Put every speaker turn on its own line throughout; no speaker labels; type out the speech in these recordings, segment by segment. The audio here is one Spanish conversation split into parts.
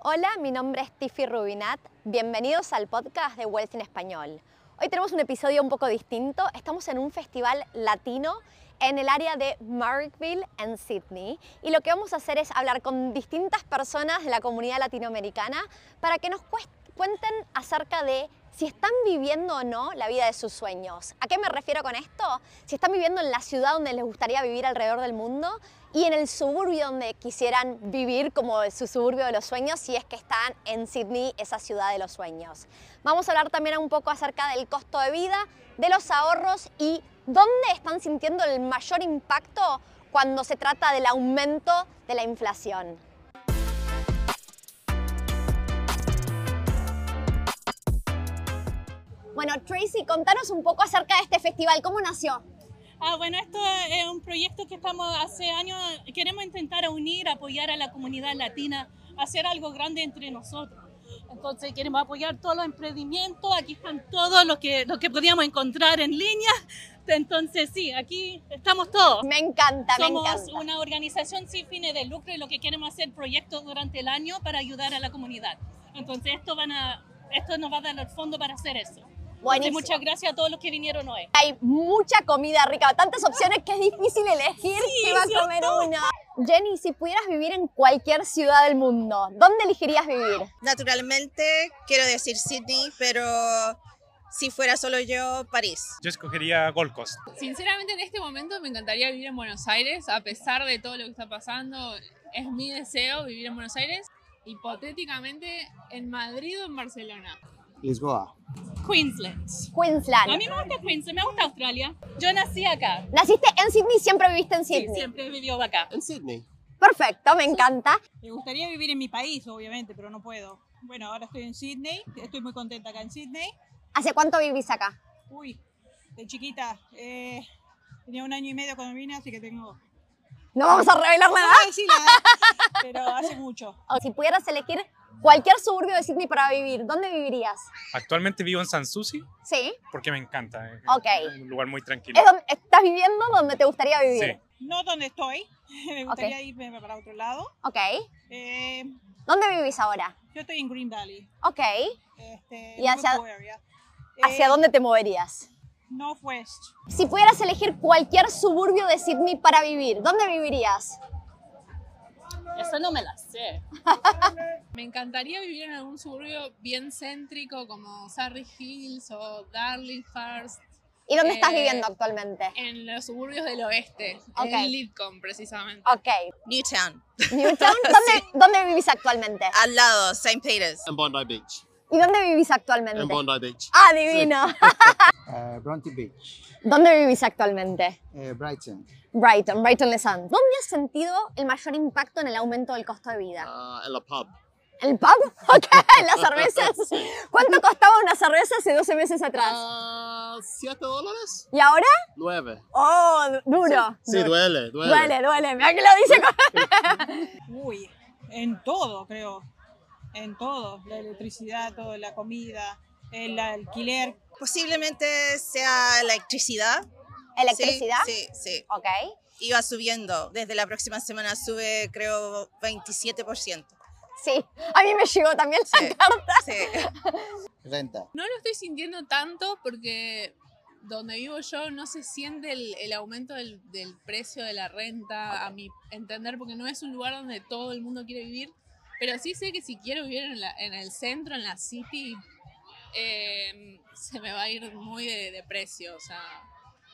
Hola, mi nombre es Tiffy Rubinat. Bienvenidos al podcast de Wealth en Español. Hoy tenemos un episodio un poco distinto. Estamos en un festival latino en el área de Markville, en Sydney. Y lo que vamos a hacer es hablar con distintas personas de la comunidad latinoamericana para que nos cuest- cuenten acerca de si están viviendo o no la vida de sus sueños. ¿A qué me refiero con esto? Si están viviendo en la ciudad donde les gustaría vivir alrededor del mundo y en el suburbio donde quisieran vivir como su suburbio de los sueños, si es que están en Sydney, esa ciudad de los sueños. Vamos a hablar también un poco acerca del costo de vida, de los ahorros y dónde están sintiendo el mayor impacto cuando se trata del aumento de la inflación. Bueno, Tracy, contanos un poco acerca de este festival, ¿cómo nació?
Ah, bueno, esto es un proyecto que estamos hace años, queremos intentar unir, apoyar a la comunidad latina, hacer algo grande entre nosotros. Entonces queremos apoyar todos los emprendimientos, aquí están todos los que, los que podíamos encontrar en línea. Entonces sí, aquí estamos todos.
Me encanta, me
Somos
encanta.
una organización sin fines de lucro y lo que queremos es hacer proyectos durante el año para ayudar a la comunidad. Entonces esto, van a, esto nos va a dar el fondo para hacer eso. Entonces,
Buenísimo.
muchas gracias a todos los que vinieron hoy.
Hay mucha comida rica, tantas opciones que es difícil elegir si va a comer uno. Jenny, si pudieras vivir en cualquier ciudad del mundo, ¿dónde elegirías vivir?
Naturalmente quiero decir Sydney, pero si fuera solo yo, París.
Yo escogería Gold Coast.
Sinceramente, en este momento me encantaría vivir en Buenos Aires, a pesar de todo lo que está pasando. Es mi deseo vivir en Buenos Aires, hipotéticamente en Madrid o en Barcelona.
Lisboa.
Queensland. A
Queensland.
mí me gusta Queensland, me gusta Australia. Yo nací acá.
Naciste en Sydney, siempre viviste en
Sí,
Sydney.
siempre he vivido acá.
En Sydney.
Perfecto, me encanta.
Me gustaría vivir en mi país, obviamente, pero no puedo. Bueno, ahora estoy en Sydney, estoy muy contenta acá en Sydney.
¿Hace cuánto vivís acá?
Uy, de chiquita, eh, tenía un año y medio cuando vine, así que tengo...
No vamos a revelar
No
nada.
voy a decir la edad, pero hace mucho.
O si pudieras elegir cualquier suburbio de Sydney para vivir, ¿dónde vivirías?
Actualmente vivo en Sanssouci
Sí.
porque me encanta. eh, Es
Ok.
un lugar muy tranquilo.
Es donde- estás viviendo donde te gustaría vivir.
Sí.
No donde estoy, me gustaría irme para otro lado.
Ok.
Eh,
¿Dónde vivís ahora?
yo estoy en Green Valley.
Ok.
Este,
¿Y hacia-
Norfolk area. Eh,
¿Hacia dónde te moverías?
Northwest.
Si pudieras elegir cualquier suburbio de Sydney para vivir, ¿dónde vivirías?
Eso no me la sé.
Me encantaría vivir en algún suburbio bien céntrico como Surrey Hills o Darlinghurst,
¿Y dónde estás
Eh,
viviendo actualmente?
en los suburbios del oeste,
Ok.
en Lidcombe precisamente.
Ok.
Newtown,
Newtown, ¿dónde, dónde vivís actualmente?
al lado, St. Peter's.
En Bondi Beach.
¿Y dónde vivís actualmente?
En Bondi Beach.
Ah, divino.
Eh, Bronte Beach.
¿Dónde vivís actualmente?
Eh, Brighton.
Brighton, Brighton Les Sands. ¿Dónde has sentido el mayor impacto en el aumento del costo de vida?
Ah, en la pub.
¿El pub? Ok, las cervezas. ¿Cuánto costaba una cerveza hace 12 meses atrás?
Ah, ¿Siete dólares?
¿Y ahora?
Nueve.
Oh, du- duro.
Sí,
Du-
duele, duele.
Duele, duele. Mira que lo dice con-
Uy, en todo, creo. En todo. La electricidad, todo, la comida, el alquiler,
Posiblemente sea electricidad.
¿Electricidad?
Sí, sí, sí.
Ok.
Iba subiendo. Desde la próxima semana sube, creo, 27%.
Sí. A mí me llegó también la
Sí.
carta.
Sí.
Renta.
No lo estoy sintiendo tanto porque donde vivo yo no se siente el, el aumento del, del precio de la renta, a mi entender, porque no es un lugar donde todo el mundo quiere vivir. Pero sí sé que si quiero vivir en, la- en el centro, en la city, eh, se me va a ir muy de, de precio. O sea,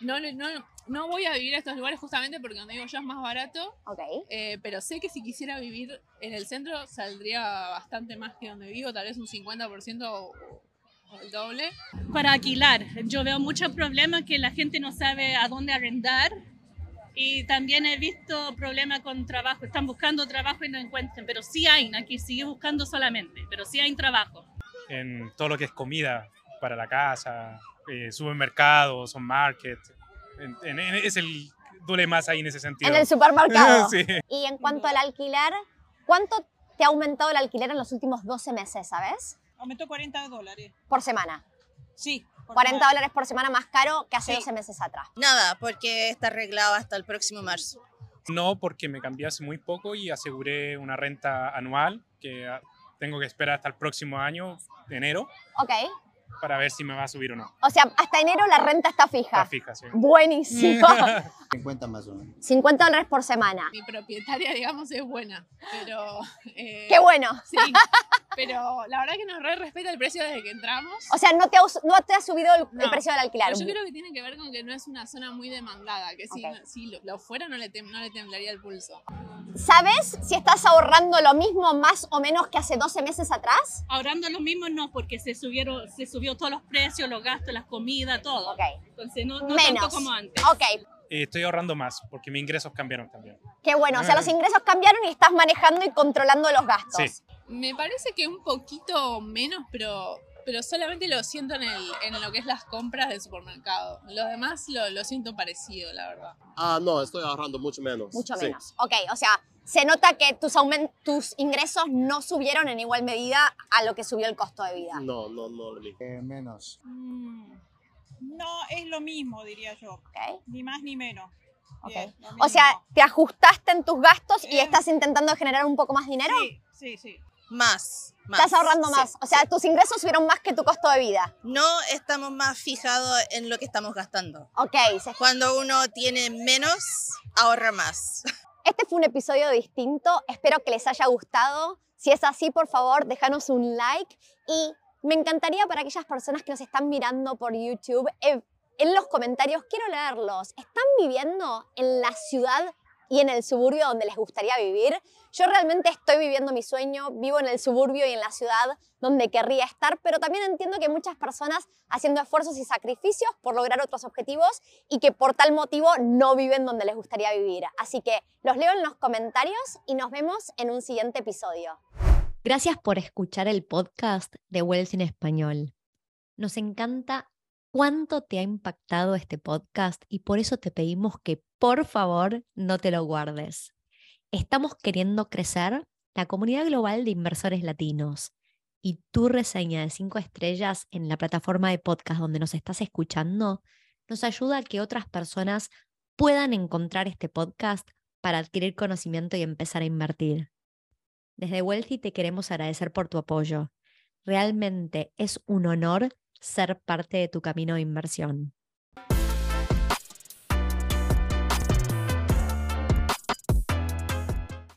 no, le- no, no voy a vivir a estos lugares justamente porque donde vivo yo es más barato,
Ok.
eh, pero sé que si quisiera vivir en el centro saldría bastante más que donde vivo, tal vez un 50% o, o el doble.
Para alquilar, yo veo muchos problemas que la gente no sabe a dónde arrendar y también he visto problemas con trabajo. Están buscando trabajo y no encuentran, pero sí hay, aquí sigue buscando solamente, pero sí hay trabajo.
En todo lo que es comida para la casa, eh, supermercados, on market. En- en- en- es el duele más ahí en ese sentido.
En el supermercado.
Sí.
Y en cuanto al alquiler, ¿cuánto te ha aumentado el alquiler en los últimos 12 meses, sabes?
Aumentó 40 dólares.
Por semana.
Sí. por
40
semana.
dólares por semana más caro que hace
Sí.
12 meses atrás.
Nada, porque está arreglado hasta el próximo marzo.
No, porque me cambié hace muy poco y aseguré una renta anual que ah, Tengo que esperar hasta el próximo año, enero,
Ok.
para ver si me va a subir o no.
O sea, hasta enero la renta está
Está
fija.
fija, sí.
Buenísimo.
50 más o menos.
50 dólares por semana.
Mi propietaria, digamos, es buena, pero... eh,
Qué bueno.
Sí, pero la verdad que nos re respeta el precio desde que entramos.
O sea, no te ha, us- no te ha subido el, el
No.
precio del alquiler.
Pero yo creo que tiene que ver con que no es una zona muy demandada, que si,
Ok.
no- si lo, lo fuera no le, tem- no le temblaría el pulso.
¿Sabes si estás ahorrando lo mismo más o menos que hace 12 meses atrás?
Ahorrando lo mismo no, porque se subieron, se subió todos los precios, los gastos, las comidas, todo.
Ok.
Entonces no, no
Menos.
tanto como antes.
Ok.
Eh, estoy ahorrando más porque mis ingresos cambiaron también.
Qué bueno. O sea,
Ah.
los ingresos cambiaron y estás manejando y controlando los gastos.
Sí.
Me parece que un poquito menos, pero, pero solamente lo siento en, el, en lo que es las compras del supermercado. Lo demás lo, lo siento parecido, la verdad.
Ah, no, estoy ahorrando mucho menos.
Mucho
Sí.
menos. Ok. O sea, se nota que tus, aumen- tus ingresos no subieron en igual medida a lo que subió el costo de vida.
No, no, no lo mismo.
Eh, menos.
Mm, No es lo mismo, diría yo.
Ok.
Ni más ni menos.
Ok.
Bien, lo
O sea,
mismo.
te ajustaste en tus gastos y
Eh.
estás intentando generar un poco más dinero.
Sí, sí, sí.
Más. más.
Estás ahorrando
Sí,
más. O sea,
sí.
tus ingresos subieron más que tu costo de vida.
No estamos más fijados en lo que estamos gastando.
Ok, se
Cuando uno tiene menos, ahorra más.
Este fue un episodio distinto, espero que les haya gustado. Si es así, por favor, déjanos un like y me encantaría para aquellas personas que nos están mirando por YouTube, eh, en los comentarios quiero leerlos. ¿Están viviendo en la ciudad y en el suburbio donde les gustaría vivir? Yo realmente estoy viviendo mi sueño, vivo en el suburbio y en la ciudad donde querría estar, pero también entiendo que hay muchas personas haciendo esfuerzos y sacrificios por lograr otros objetivos y que por tal motivo no viven donde les gustaría vivir. Así que los leo en los comentarios y nos vemos en un siguiente episodio.
Gracias por escuchar el podcast de Wells en Español. Nos encanta cuánto te ha impactado este podcast y por eso te pedimos que por favor no te lo guardes. Estamos queriendo crecer la comunidad global de inversores latinos y tu reseña de 5 estrellas en la plataforma de podcast donde nos estás escuchando nos ayuda a que otras personas puedan encontrar este podcast para adquirir conocimiento y empezar a invertir. Desde Wealthy te queremos agradecer por tu apoyo. Realmente es un honor ser parte de tu camino de inversión.